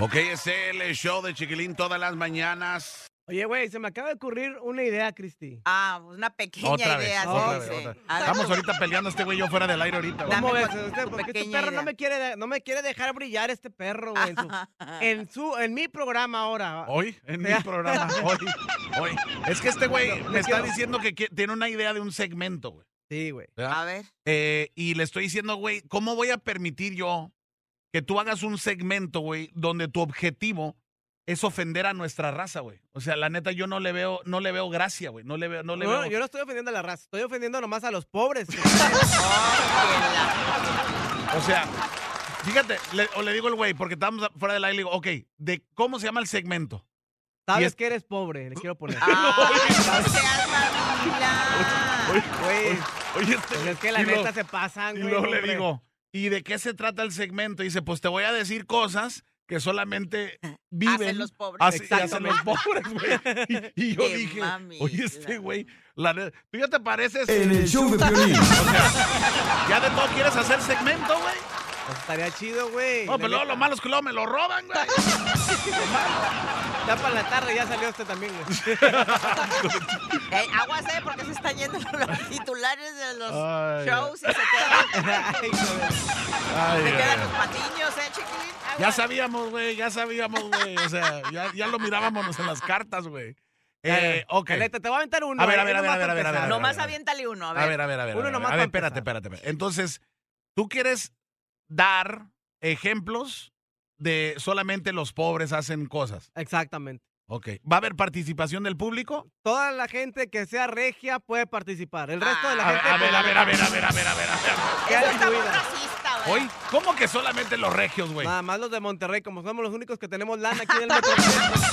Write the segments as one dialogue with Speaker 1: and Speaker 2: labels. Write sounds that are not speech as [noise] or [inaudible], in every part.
Speaker 1: Ok, es el show de Chiquilín todas las mañanas.
Speaker 2: Oye, güey, se me acaba de ocurrir una idea, Cristi.
Speaker 3: Ah, una pequeña
Speaker 1: Otra vez,
Speaker 3: idea. sí,
Speaker 1: otra vez,
Speaker 3: sí.
Speaker 1: otra
Speaker 3: Ah,
Speaker 1: vez.
Speaker 3: A ver,
Speaker 1: Estamos ahorita peleando este güey yo fuera del aire ahorita. güey.
Speaker 3: Dame
Speaker 2: ¿Cómo ves?
Speaker 3: con-
Speaker 2: Este-
Speaker 3: tu
Speaker 2: porque este
Speaker 3: pequeña
Speaker 2: perro no
Speaker 3: idea.
Speaker 2: me, quiere, de- no me quiere dejar brillar este perro, güey. En, su-
Speaker 1: [laughs]
Speaker 3: [laughs]
Speaker 1: Eh,
Speaker 2: en, su- en mi programa ahora.
Speaker 1: Hoy, en mi
Speaker 2: [laughs]
Speaker 1: programa, hoy, hoy. Es que este güey me está
Speaker 2: quiero-
Speaker 1: diciendo que qui- tiene una idea de un segmento, güey.
Speaker 2: Sí, güey.
Speaker 1: ¿verdad?
Speaker 3: a
Speaker 1: [laughs]
Speaker 3: ver.
Speaker 1: Eh, y le estoy diciendo, güey, ¿cómo voy a permitir yo que tú hagas un segmento, güey, donde tu objetivo es ofender a nuestra raza, güey? O sea, la neta, yo no le veo, no le veo gracia, güey. No le veo, no le
Speaker 2: No,
Speaker 1: veo.
Speaker 2: yo no estoy ofendiendo a la raza, estoy ofendiendo nomás a los pobres.
Speaker 1: [laughs] O sea, fíjate, le, o le digo el güey, porque estábamos fuera del aire, le digo, ok, de cómo se llama el segmento.
Speaker 2: Sabes
Speaker 1: Y es-
Speaker 2: que eres pobre, le quiero poner.
Speaker 3: Ah, no
Speaker 1: [laughs]
Speaker 3: seas mamila.
Speaker 2: Güey,
Speaker 1: Oye, este-
Speaker 2: pues es que la
Speaker 1: y lo-
Speaker 2: neta se pasan,
Speaker 1: Y
Speaker 2: güey.
Speaker 1: luego le
Speaker 2: hombre.
Speaker 1: digo, ¿y de qué se trata el segmento? Y dice, pues te voy a decir cosas que solamente viven.
Speaker 3: Hacen los pobres.
Speaker 1: hace- y hacen los
Speaker 2: Exactamente.
Speaker 1: pobres, güey. Y, y yo
Speaker 3: Qué
Speaker 1: dije,
Speaker 3: mami,
Speaker 1: oye, este
Speaker 3: claro.
Speaker 1: güey, la neta, tú ya te pareces,
Speaker 4: En el show de violín.
Speaker 1: ya de todo quieres hacer segmento, güey.
Speaker 2: Pues estaría chido, güey.
Speaker 1: No, pero luego lo
Speaker 2: lo
Speaker 1: malo es que luego me lo roban, güey.
Speaker 2: Ya para la tarde ya salió este también,
Speaker 1: [laughs]
Speaker 2: güey. [laughs]
Speaker 3: Ey, aguas, eh, porque se están yendo [laughs] los titulares de los
Speaker 1: Ay,
Speaker 3: shows y se quedan,
Speaker 2: Ay, güey.
Speaker 1: Ay,
Speaker 3: se
Speaker 1: ay, ay.
Speaker 3: quedan los patiños, eh, chiquilín. Aguas.
Speaker 1: Ya sabíamos, güey, ya sabíamos, güey. O sea, ya, ya lo mirábamos en las cartas, güey.
Speaker 2: Ya,
Speaker 1: Eh,
Speaker 2: ya.
Speaker 1: ok.
Speaker 2: La neta, te voy a aventar uno.
Speaker 1: A ver,
Speaker 2: eh,
Speaker 1: a ver,
Speaker 2: nomás
Speaker 1: a ver, a ver,
Speaker 2: para
Speaker 1: a ver, a
Speaker 2: empezar.
Speaker 1: ver.
Speaker 3: Nomás aviéntale uno, a
Speaker 1: A
Speaker 3: ver.
Speaker 1: ver, a ver, a ver.
Speaker 2: Uno
Speaker 1: a ver,
Speaker 2: nomás
Speaker 1: a ver,
Speaker 2: para
Speaker 1: espérate, espérate, espérate. Entonces, tú quieres dar ejemplos de solamente los pobres hacen cosas.
Speaker 2: Exactamente.
Speaker 1: Ok. ¿Va a haber participación del público?
Speaker 2: Toda la gente que sea regia puede participar. El resto de
Speaker 1: Ah,
Speaker 2: la
Speaker 1: A ver,
Speaker 2: gente.
Speaker 1: a ver, a ver, a ver, a ver, a ver, a ver. a ver.
Speaker 3: Eso
Speaker 2: queda
Speaker 3: está muy
Speaker 2: incluida.
Speaker 3: racista, güey.
Speaker 1: Hoy, ¿cómo que solamente los regios, güey?
Speaker 2: Nada más los de Monterrey, como somos los únicos que tenemos lana aquí en el metro. pues,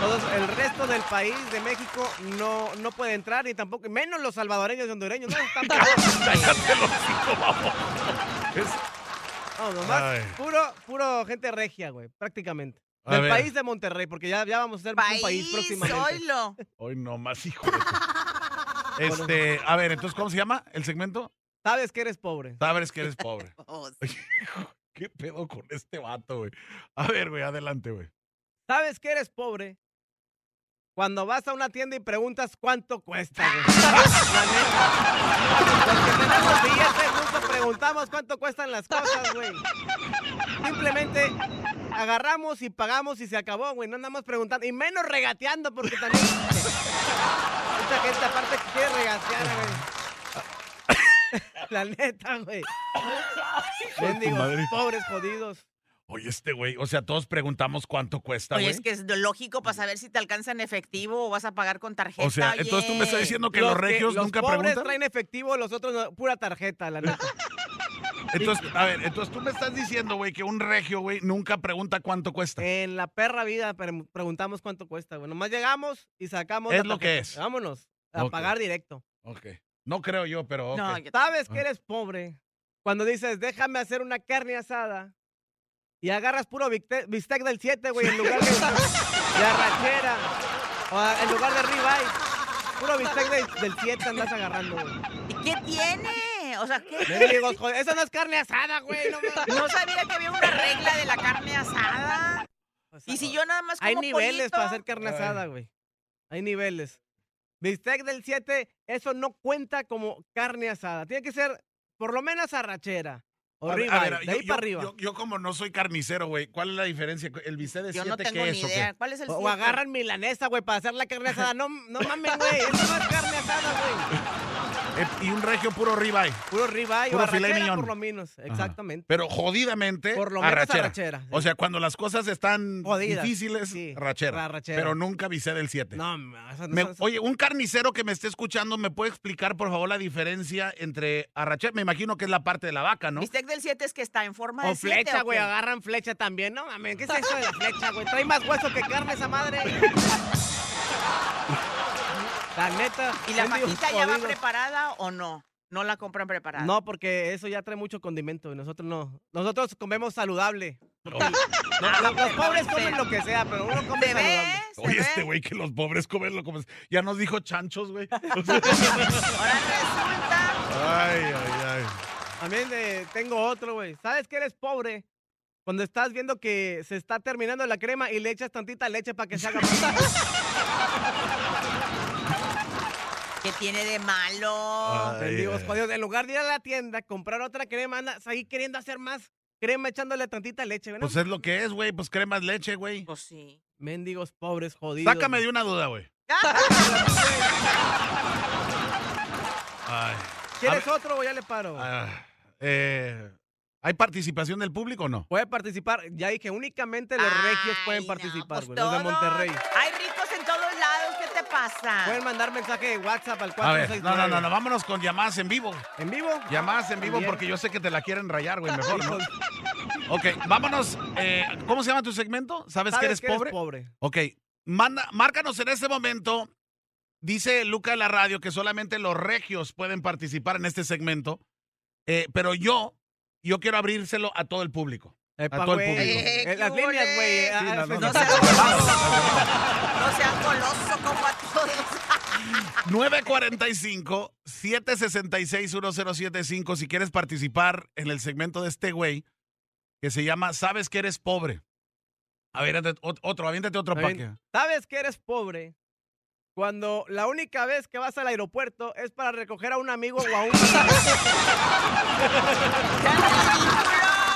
Speaker 2: Todos, el resto del país de México no, no puede entrar, ni tampoco, menos los salvadoreños y hondureños. No,
Speaker 1: [laughs]
Speaker 2: están todos-
Speaker 1: Cállate los hocico, baboso. Es-
Speaker 2: no, nomás
Speaker 1: Ay.
Speaker 2: puro, puro gente regia, güey, prácticamente.
Speaker 1: A
Speaker 2: Del
Speaker 1: ver.
Speaker 2: país de Monterrey, porque ya, ya vamos a ser un país
Speaker 3: País,
Speaker 2: próximamente.
Speaker 1: [laughs]
Speaker 3: oílo.
Speaker 1: Hoy nomás, hijo. de-
Speaker 2: [laughs]
Speaker 1: Este, a ver, entonces, ¿cómo se llama el segmento?
Speaker 2: Sabes que eres pobre.
Speaker 1: Sabes que eres pobre.
Speaker 3: Oh, sí.
Speaker 1: ¿Qué pedo con este vato, güey? A ver, güey, adelante, güey.
Speaker 2: Sabes que eres pobre cuando vas a una tienda y preguntas cuánto cuesta, güey. La neta. Porque tenemos billetes, nunca preguntamos cuánto cuestan las cosas, güey. Simplemente agarramos y pagamos y se acabó, güey. No andamos preguntando. Y menos regateando, porque también. [laughs] Mucha gente aparte que quiere regatear, güey. La neta, güey. Bendigo,
Speaker 1: madre.
Speaker 2: pobres jodidos.
Speaker 1: Oye, este güey, o sea, todos preguntamos cuánto cuesta,
Speaker 3: Oye,
Speaker 1: güey.
Speaker 3: es que es lógico para saber si te alcanza en efectivo o vas a pagar con tarjeta.
Speaker 1: O sea, entonces tú me estás
Speaker 3: oye.
Speaker 1: diciendo que
Speaker 2: Los
Speaker 1: los,
Speaker 2: que-
Speaker 1: regios
Speaker 2: los
Speaker 1: nunca
Speaker 2: pobres
Speaker 1: preguntan.
Speaker 2: traen efectivo, los otros no, pura tarjeta,
Speaker 1: [laughs]
Speaker 2: la neta.
Speaker 1: Entonces, a ver, entonces tú me estás diciendo, güey, que un regio, güey, nunca pregunta cuánto cuesta.
Speaker 3: Eh.
Speaker 2: en la perra vida pre- preguntamos cuánto cuesta, güey. Nomás llegamos y sacamos.
Speaker 1: Es
Speaker 2: la
Speaker 1: lo que
Speaker 2: tarjeta.
Speaker 1: es.
Speaker 2: Vámonos a
Speaker 1: Ok.
Speaker 2: pagar directo.
Speaker 1: Ok. No creo yo, pero. ok.
Speaker 3: No, yo-
Speaker 2: Sabes
Speaker 1: Ah.
Speaker 2: que eres pobre cuando dices, déjame hacer una carne asada y agarras puro bicte- bistec del 7, güey,
Speaker 1: [laughs]
Speaker 2: en lugar de, de arrachera o a- en lugar de ribeye. Puro bistec del- del 7 andas agarrando, güey.
Speaker 3: ¿Y qué tiene? O sea, ¿qué?
Speaker 2: Mendigos, joder, Eso no es carne asada, güey. No, mames.
Speaker 3: [laughs] No sabía que había una regla de la carne asada.
Speaker 2: O sea,
Speaker 3: [laughs] Y si yo nada más como
Speaker 2: Hay niveles
Speaker 3: pollito?
Speaker 2: para hacer carne
Speaker 1: Ay.
Speaker 2: asada, güey. Hay niveles. Bistec del 7, eso no cuenta como carne asada. Tiene que ser por lo menos arrachera. O
Speaker 1: A ver,
Speaker 2: ribeye,
Speaker 1: a ver,
Speaker 2: de ahí
Speaker 1: yo- yo-
Speaker 2: para arriba.
Speaker 1: Yo, yo como no soy carnicero, güey, ¿cuál es la diferencia? ¿El bistec de
Speaker 3: Yo
Speaker 1: siete
Speaker 3: no tengo
Speaker 1: qué
Speaker 3: ni
Speaker 1: es o qué?
Speaker 3: idea. ¿Cuál es el
Speaker 2: o, o
Speaker 3: siete?
Speaker 2: agarran milanesa, güey, para hacer la carne asada. No, no mames, güey. Eso no es carne
Speaker 1: [laughs]
Speaker 2: asada, güey.
Speaker 1: Eh, y un regio puro ribeye.
Speaker 2: Puro ribeye o
Speaker 1: Puro filet
Speaker 2: arrachera
Speaker 1: mignon.
Speaker 2: por lo menos. Exactamente.
Speaker 1: Pero jodidamente.
Speaker 2: Por lo menos
Speaker 1: arrachera.
Speaker 2: arrachera, sí.
Speaker 1: O sea, cuando las cosas están
Speaker 2: Jodidas,
Speaker 1: difíciles,
Speaker 2: sí,
Speaker 1: arrachera.
Speaker 2: arrachera.
Speaker 1: Pero nunca bistec del siete.
Speaker 2: No, ma, eso no
Speaker 1: Me-
Speaker 2: eso- eso-
Speaker 1: oye, un carnicero que me esté escuchando, ¿me puede explicar, por favor, la diferencia entre arrachera? Me imagino que es la parte de la vaca, ¿no?
Speaker 3: Bistec del 7 es que está en forma de
Speaker 2: O
Speaker 3: siete,
Speaker 2: flecha,
Speaker 3: ¿o
Speaker 2: güey,
Speaker 3: qué?
Speaker 2: agarran flecha también. No mames, ¿qué es eso de la flecha, güey? Trae más hueso que carne esa
Speaker 3: [laughs]
Speaker 2: madre. la neta.
Speaker 3: ¿Y la
Speaker 2: mendigos
Speaker 3: fajita ya va
Speaker 2: jodidos.
Speaker 3: preparada o no? No la compran preparada.
Speaker 2: No, porque eso ya trae mucho condimento y nosotros no. Nosotros comemos saludable. [laughs] No,
Speaker 3: Ah,
Speaker 2: los, los
Speaker 3: perdón,
Speaker 2: pobres
Speaker 3: sí.
Speaker 2: comen lo que sea, pero uno come
Speaker 3: Se ve,
Speaker 2: saludable.
Speaker 3: se
Speaker 1: Oye,
Speaker 3: ve.
Speaker 1: este güey que los pobres comen lo como... Ya nos dijo chanchos,
Speaker 2: [laughs]
Speaker 1: güey.
Speaker 3: Ahora resulta.
Speaker 1: ay, ay, ay.
Speaker 2: También eh, tengo otro, güey. ¿Sabes que eres pobre Cuando estás viendo que se está terminando la crema y le echas tantita leche para que se haga más.
Speaker 3: ¿Qué tiene de malo?
Speaker 1: Ah. Ay,
Speaker 2: Bendigos
Speaker 1: ay,
Speaker 2: jodidos. En lugar de ir a la tienda, comprar otra crema, andas ahí queriendo hacer más crema echándole tantita leche. ¿verdad?
Speaker 1: Pues es lo que es, güey. Pues cremas leche, güey.
Speaker 3: Pues sí.
Speaker 2: Mendigos pobres jodidos.
Speaker 1: Sácame de una duda,
Speaker 2: [laughs]
Speaker 1: güey. Ay,
Speaker 2: ¿Quieres
Speaker 1: A
Speaker 2: otro o ya le paro?
Speaker 1: ah, eh, ¿Hay participación del público o no?
Speaker 2: Puede participar. Ya dije, únicamente los regios pueden
Speaker 3: Ay, no,
Speaker 2: participar,
Speaker 3: pues
Speaker 2: güey, los de
Speaker 3: todos.
Speaker 2: Monterrey.
Speaker 3: Hay ricos en todos lados, ¿qué te pasa?
Speaker 2: Pueden mandar mensaje de WhatsApp al
Speaker 1: A ver,
Speaker 2: 469.
Speaker 1: no, no, no, no, vámonos con llamadas en vivo.
Speaker 2: ¿En vivo?
Speaker 1: Llamadas en vivo
Speaker 2: Bien.
Speaker 1: porque yo sé que te la quieren rayar, güey, mejor, ¿no?
Speaker 2: ¿Sabes
Speaker 1: Ok, vámonos. eh, ¿Cómo se llama tu segmento? ¿Sabes, que eres pobre? Ok, manda, márcanos en este momento. Dice Luca de la radio que solamente los regios pueden participar en este segmento, eh, pero yo, yo quiero abrírselo a todo el público.
Speaker 2: Epa,
Speaker 1: A todo el
Speaker 2: güey.
Speaker 1: público.
Speaker 3: Eh,
Speaker 2: Eh, Las
Speaker 3: ¿qué
Speaker 2: líneas,
Speaker 3: ole?
Speaker 2: güey.
Speaker 1: Sí,
Speaker 2: Ah,
Speaker 1: no, no,
Speaker 2: sí,
Speaker 3: Pues No
Speaker 1: no.
Speaker 2: sí.
Speaker 1: [laughs]
Speaker 3: seas goloso. No seas goloso como a todos.
Speaker 1: 945-766-1075 si quieres participar en el segmento de este güey que se llama Sabes que eres pobre. A ver, ate- ot- otro, aviéntate otro
Speaker 2: Está
Speaker 1: paque.
Speaker 2: bien. ¿Sabes que eres pobre? Cuando la única vez que vas al aeropuerto es para recoger a un amigo o a un...
Speaker 1: [laughs]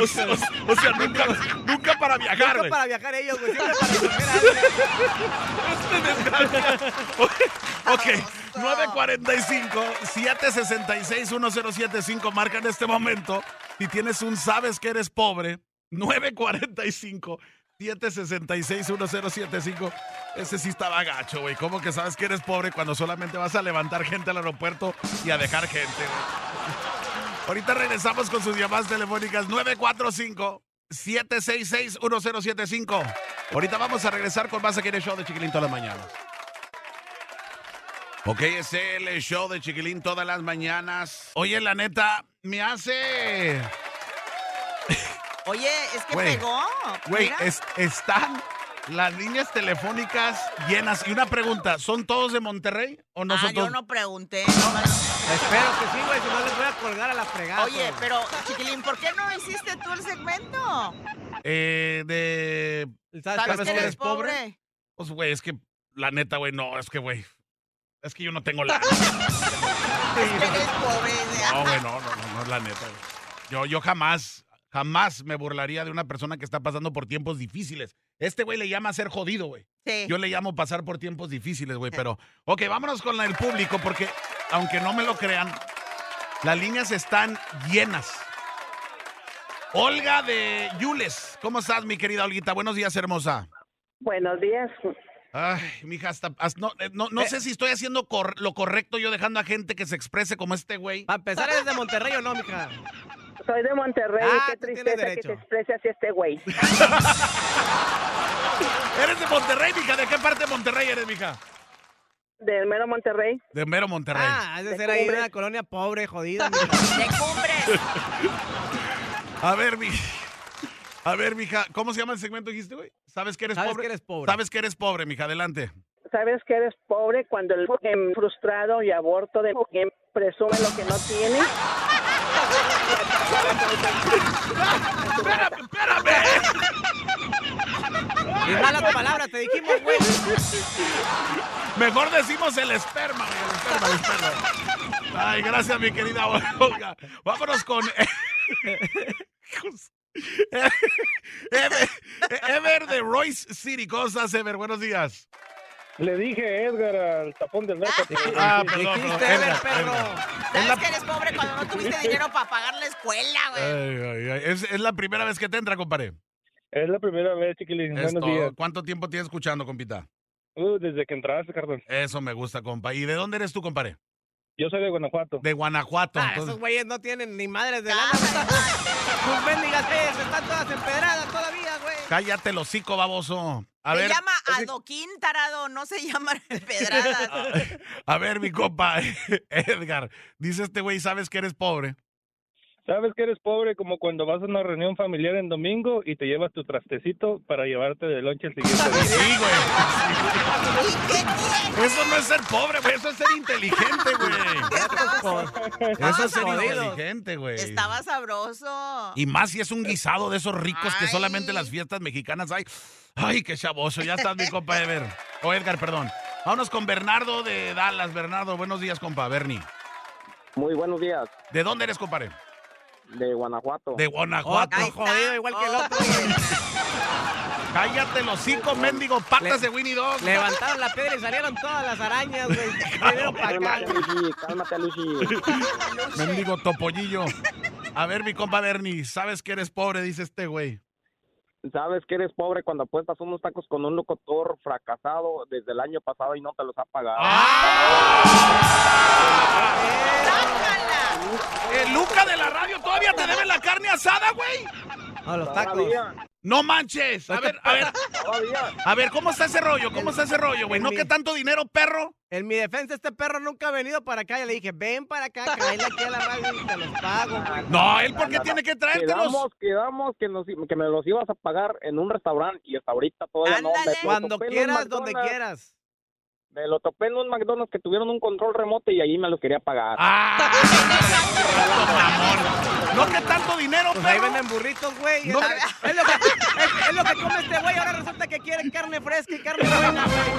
Speaker 1: O sea, o sea- o sea, nunca, nunca para viajar,
Speaker 2: Nunca
Speaker 1: güey.
Speaker 2: para viajar ellos, güey. Siempre para recoger a alguien.
Speaker 1: [laughs] Ok, 945-766-1075. Marca en este momento. Si tienes un sabes que eres pobre, 945-766-1075. Ese sí estaba gacho, güey. ¿Cómo que sabes que eres pobre cuando solamente vas a levantar gente al aeropuerto y a dejar gente, [laughs] güey? Ahorita regresamos con sus llamadas telefónicas 945-766-1075. Ahorita vamos a regresar con más aquí en el show de Chiquilín todas las mañanas. Ok, es el show de Chiquilín todas las mañanas. Oye, la neta, me hace...
Speaker 3: Oye, es que
Speaker 1: Güey.
Speaker 3: pegó.
Speaker 1: Güey,
Speaker 3: Mira. Ah,
Speaker 1: es- están las líneas telefónicas llenas. Y una pregunta, ¿son todos de Monterrey o no
Speaker 3: ah,
Speaker 1: son
Speaker 3: yo
Speaker 1: todos?
Speaker 3: no pregunté. nomás-
Speaker 2: Espero que sí, güey. Si no, les voy a colgar a la fregada.
Speaker 3: Oye,
Speaker 2: güey.
Speaker 3: pero Chiquilín, ¿por qué no hiciste tú el segmento?
Speaker 1: Eh, de...
Speaker 2: ¿Sabes,
Speaker 3: ¿Sabes
Speaker 1: vez que
Speaker 3: que eres
Speaker 1: eres pobre?
Speaker 3: pobre?
Speaker 1: Pues, güey, es que la neta, güey, no, es que, güey, es que yo no tengo
Speaker 3: [laughs]
Speaker 1: la...
Speaker 3: Eres pobre. de-
Speaker 1: No, güey, no, no, no, no es la neta. güey. Yo, yo jamás, jamás me burlaría de una persona que está pasando por tiempos difíciles. Este güey le llama a ser jodido, güey.
Speaker 3: Sí.
Speaker 1: Yo le llamo pasar por tiempos difíciles, güey, pero... Ok, vámonos con la del público porque, aunque no me lo crean, las líneas están llenas. Olga de Yules, ¿cómo estás, mi querida Olguita? Buenos días, hermosa.
Speaker 4: Buenos días.
Speaker 1: Ay, mija, hasta... as- No, eh, no, no sé si estoy haciendo cor- lo correcto yo dejando a gente que se exprese como este güey.
Speaker 2: ¿Para empezar desde Monterrey o no, mija?
Speaker 4: Soy de Monterrey.
Speaker 2: Ah,
Speaker 4: Qué
Speaker 2: tú tienes
Speaker 4: tristeza que
Speaker 2: derecho.
Speaker 4: te exprese así este güey.
Speaker 1: Eres de Monterrey, mija. ¿De qué parte de Monterrey eres, mija?
Speaker 4: Del mero Monterrey.
Speaker 1: De mero Monterrey.
Speaker 2: Ah, has de ser ahí en una colonia pobre, jodida. mija.
Speaker 3: De cumbres.
Speaker 1: A ver, mija. A ver, mija, ¿cómo se llama el segmento que dijiste, güey? ¿Sabes que eres
Speaker 2: ¿Sabes
Speaker 1: pobre?
Speaker 2: que eres pobre?
Speaker 1: Sabes que eres pobre, mija, adelante.
Speaker 4: Sabes que eres pobre cuando el em, frustrado y aborto de em, presume lo que no tiene.
Speaker 1: ¡Espérame, espérame!
Speaker 2: Y malas palabras, te dijimos, güey.
Speaker 1: Mejor decimos el esperma, güey, el esperma, el esperma. Ay, gracias, mi querida Olga. Vámonos con... E- Hijos. Ever, Ever de Royce City. ¿Cómo estás, Ever? Buenos días.
Speaker 5: Le dije a Edgar al tapón del narco.
Speaker 1: Ah, perdón, perdón,
Speaker 2: Dijiste, ver,
Speaker 1: Edgar,
Speaker 2: perro. Ah,
Speaker 1: Edgar.
Speaker 3: ¿Sabes que eres pobre cuando no
Speaker 1: [laughs]
Speaker 3: tuviste dinero para pagar la escuela, güey?
Speaker 1: Ay, ay, ay. Es, es la primera vez que te entra, compadre.
Speaker 5: Es la primera vez, chiquilín.
Speaker 1: Es
Speaker 5: Buenos
Speaker 1: todo.
Speaker 5: días.
Speaker 1: ¿Cuánto tiempo tienes escuchando, compita?
Speaker 5: Uh, desde que entraste, carnal.
Speaker 1: Eso me gusta, compa. ¿Y de dónde eres tú, compadre?
Speaker 5: Yo soy de Guanajuato.
Speaker 1: De Guanajuato.
Speaker 2: Ah,
Speaker 1: entonces.
Speaker 2: esos güeyes no tienen ni madres de
Speaker 3: Ah,
Speaker 2: lana. Sus mendigas calles están todas empedradas todavía, güey.
Speaker 1: Cállate el hocico, baboso. A
Speaker 3: Se
Speaker 1: ver,
Speaker 3: llama adoquín tarado, no se llama [laughs] pedradas.
Speaker 1: [laughs] a ver, mi compa Edgar. Dice este güey, sabes que eres pobre
Speaker 5: Sabes que eres pobre como cuando vas a una reunión familiar en domingo y te llevas tu trastecito para llevarte de lonche el siguiente día.
Speaker 1: Sí, güey.
Speaker 3: ¿Y qué tiene?
Speaker 1: Eso no es ser pobre, güey. Eso es ser inteligente, güey. [laughs]
Speaker 3: Estaba,
Speaker 1: Eso es ser
Speaker 2: Jodidos.
Speaker 1: inteligente, güey.
Speaker 3: estaba sabroso.
Speaker 1: Y más si es un guisado de esos ricos que solamente
Speaker 3: Ay.
Speaker 1: las fiestas mexicanas hay. Ay, qué chavoso. Ya estás, mi compa Ever. O Edgar, perdón. Vámonos con Bernardo de Dallas. Bernardo, buenos días, compa. Bernie.
Speaker 6: Muy buenos días,
Speaker 1: ¿De dónde eres, compadre?
Speaker 6: de Guanajuato.
Speaker 1: De Guanajuato.
Speaker 3: Ahí está. Oh.
Speaker 2: jodido, igual que el otro,
Speaker 3: [laughs]
Speaker 1: Cállate los cinco, mendigo. Patas de Winnie Dog.
Speaker 2: Levantaron la piedra y salieron todas las arañas, [laughs] güey. Primero para acá.
Speaker 6: Cálmate, Luigi, cálmate, Luigi.
Speaker 1: Mendigo topollillo. A ver, mi compa Bernie, sabes que eres pobre, dice este güey.
Speaker 6: [laughs] Sabes que eres pobre cuando apuestas unos tacos con un locutor fracasado desde el año pasado y no te los ha pagado.
Speaker 1: Ah,
Speaker 3: ¡Sácala!
Speaker 1: El Luca de la radio todavía te debe la carne asada, güey.
Speaker 2: No, los tacos.
Speaker 6: Todavía,
Speaker 1: No manches. A ver, a ver,
Speaker 6: todavía.
Speaker 1: a ver, ¿cómo está ese rollo? ¿Cómo está ese rollo, güey? ¿No que tanto dinero, perro?
Speaker 2: En mi defensa, este perro nunca ha venido para acá. Y le dije, ven para acá, caíle aquí a la radio y te los pago, güey.
Speaker 1: No, él porque tiene que traértelos.
Speaker 6: Quedamos, quedamos que, nos, que me los ibas a pagar en un restaurante y hasta ahorita todavía no.
Speaker 3: Ándale.
Speaker 6: Me lo
Speaker 2: Cuando
Speaker 6: topé en un
Speaker 2: quieras,
Speaker 6: McDonald's,
Speaker 2: donde quieras.
Speaker 6: Me lo topé en un McDonald's que tuvieron un control remoto y ahí me los quería pagar.
Speaker 1: Ah, mamón. No que tanto dinero,
Speaker 2: Pues ahí
Speaker 1: perro.
Speaker 2: venden burritos, güey.
Speaker 1: No.
Speaker 2: Es, es lo que, es- es lo que come este güey. Ahora resulta que quieren carne fresca y carne buena, güey.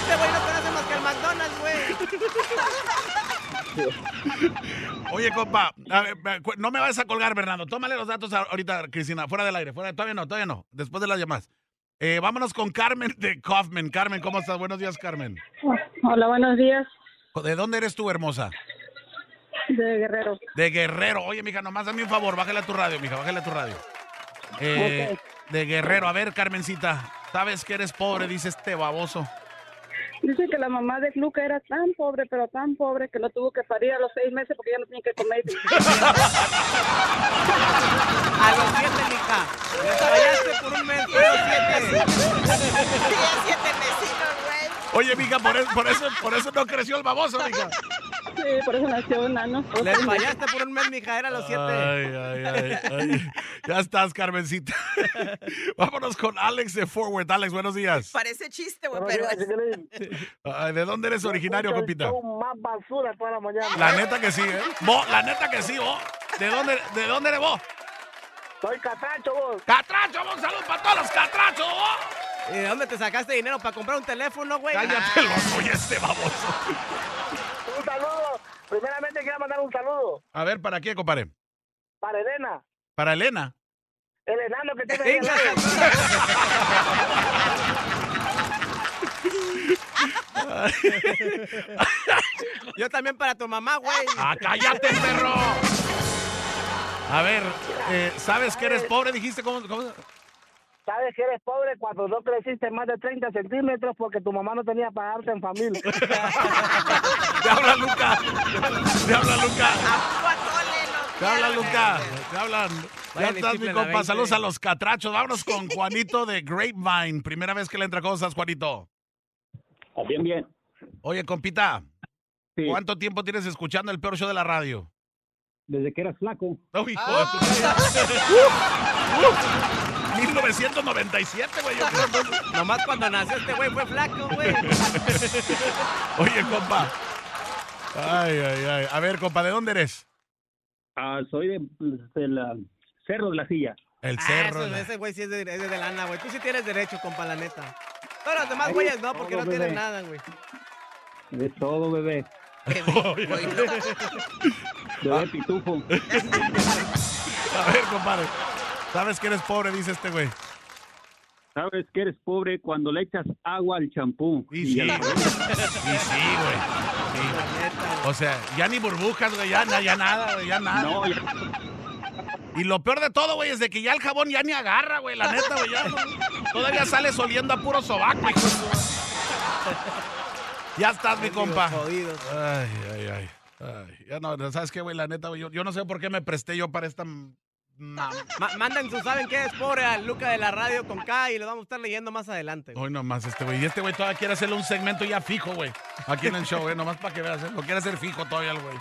Speaker 2: Este güey no conoce más que el McDonald's, güey.
Speaker 1: Oye, compa, a ver, me acu- no me vas a colgar, Bernardo. Tómale los datos a- ahorita, Cristina, fuera del aire. Fuera, todavía no, todavía no. Después de las llamadas. Eh, vámonos con Carmen de Kaufman. Carmen, ¿cómo estás? Buenos días, Carmen.
Speaker 7: Hola, buenos días,
Speaker 1: ¿De dónde eres tú, hermosa?
Speaker 7: de Guerrero.
Speaker 1: De Guerrero. Oye, mija, nomás dame un favor. Bájale a tu radio, mija, bájale a tu radio. Eh, De Guerrero. A ver, Carmencita. Sabes que eres pobre, dice este baboso.
Speaker 7: Dice que la mamá de Luca era tan pobre, pero tan pobre, que lo tuvo que parir a los seis meses porque ya no tenía que comer.
Speaker 2: A los siete, mija. Le fallaste por un mes, pero siete.
Speaker 3: Tenía siete vecinos, güey.
Speaker 1: Oye, mija, por, es- por eso, por eso no creció el baboso, mija. [laughs]
Speaker 7: Sí, por eso nació un nano.
Speaker 2: Le fallaste por un mes, mija. Era a los siete.
Speaker 1: Ay, ay, ay, ay. Ya estás, Carmencita. Vámonos con Alex de Forward. Alex, buenos días.
Speaker 3: Parece chiste, güey, pero es-
Speaker 1: Ay, ¿De dónde eres originario,
Speaker 6: Escucha
Speaker 1: compita?
Speaker 6: el show Más basura toda la mañana.
Speaker 1: La neta que sí, ¿eh? Vos, la neta que sí, vos. ¿De dónde, de dónde eres vos?
Speaker 6: Soy catracho, vos.
Speaker 1: ¡Catracho, vos! ¡Salud para todos los catrachos, vos!
Speaker 2: ¿Y de dónde te sacaste dinero para comprar un teléfono, güey?
Speaker 1: Cállate los oye este baboso.
Speaker 6: Un saludo. Primeramente quiero mandar un saludo
Speaker 1: A ver, ¿para qué, compadre?
Speaker 6: para Elena,
Speaker 1: Para Elena.
Speaker 6: el enano que tiene ahí al
Speaker 2: Venga,
Speaker 6: lado.
Speaker 2: Yo también para tu mamá, güey.
Speaker 1: ¡Ah, cállate, perro! A ver, eh, ¿sabes que eres pobre? Dijiste, ¿cómo? cómo?
Speaker 6: Sabes que eres pobre cuando no creciste más de 30 centímetros porque tu mamá no tenía para darte en familia.
Speaker 1: Te habla Luca. Te habla Luca.
Speaker 3: a puro atole, no
Speaker 1: Te habla
Speaker 3: quiero,
Speaker 1: Luca.
Speaker 3: güey.
Speaker 1: Te hablan. Ya
Speaker 2: Vayan y
Speaker 1: estás, mi
Speaker 2: chiflen la eh.
Speaker 1: compa.
Speaker 2: 20.
Speaker 1: Saludos a los catrachos. Vámonos con Juanito de Grapevine. Primera vez que le entra cosas, Juanito.
Speaker 6: Ah, Bien, bien.
Speaker 1: Oye, compita.
Speaker 6: Sí.
Speaker 1: ¿Cuánto tiempo tienes escuchando el peor show de la radio?
Speaker 6: Desde que eras flaco.
Speaker 1: No, hijo de tu-
Speaker 2: Ah. [laughs]
Speaker 1: Uh, Uf, uf. 1997, güey. yo creo.
Speaker 2: Nomás cuando nació este güey fue flaco, güey.
Speaker 1: Oye, compa. Ay, ay, ay. A ver, compa, ¿de dónde eres?
Speaker 5: Ah, soy de, la Cerro de la Silla.
Speaker 1: El
Speaker 2: Ah,
Speaker 1: cerro.
Speaker 2: eso-
Speaker 1: la-
Speaker 2: ese güey sí es de, es de lana, güey. Tú sí tienes derecho, compa, la neta. Todos los demás güeyes no, porque no
Speaker 5: todo,
Speaker 2: tienen
Speaker 5: bebé.
Speaker 2: nada, güey.
Speaker 5: De todo, bebé. Bebé
Speaker 1: Ah.
Speaker 5: pitufo.
Speaker 1: A ver, compadre. ¿Sabes que eres pobre? Dice este güey.
Speaker 5: Sabes que eres pobre cuando le echas agua al champú.
Speaker 1: Y sí, güey. Y sí, güey. Sí. O sea, ya ni burbujas, güey, ya, na- ya nada, güey, ya nada.
Speaker 5: No, ya-
Speaker 1: Y lo peor de todo, güey, es de que ya el jabón ya ni agarra, güey, la neta, güey, ya. no- Todavía sale oliendo a puro sobaco, hijo de su- Ya estás, mi compa.
Speaker 2: Jodido.
Speaker 1: Ay, ay, ay. Ay, ya no, no, ¿sabes qué, güey? La neta, güey, yo, yo no sé por qué me presté yo para esta... m- mam-
Speaker 2: Ma- manden su, ¿saben qué? Es pobre al Luca de la radio con K y lo vamos a estar leyendo más adelante. güey.
Speaker 1: Hoy nomás este güey. Y este güey todavía eh. quiere hacerle un segmento ya fijo, güey. Aquí en el show, güey. Nomás para que veas, ¿eh? Lo quiere hacer fijo todavía el güey.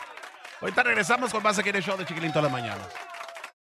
Speaker 1: Ahorita regresamos con más aquí en el show de Chiquilín toda la mañana.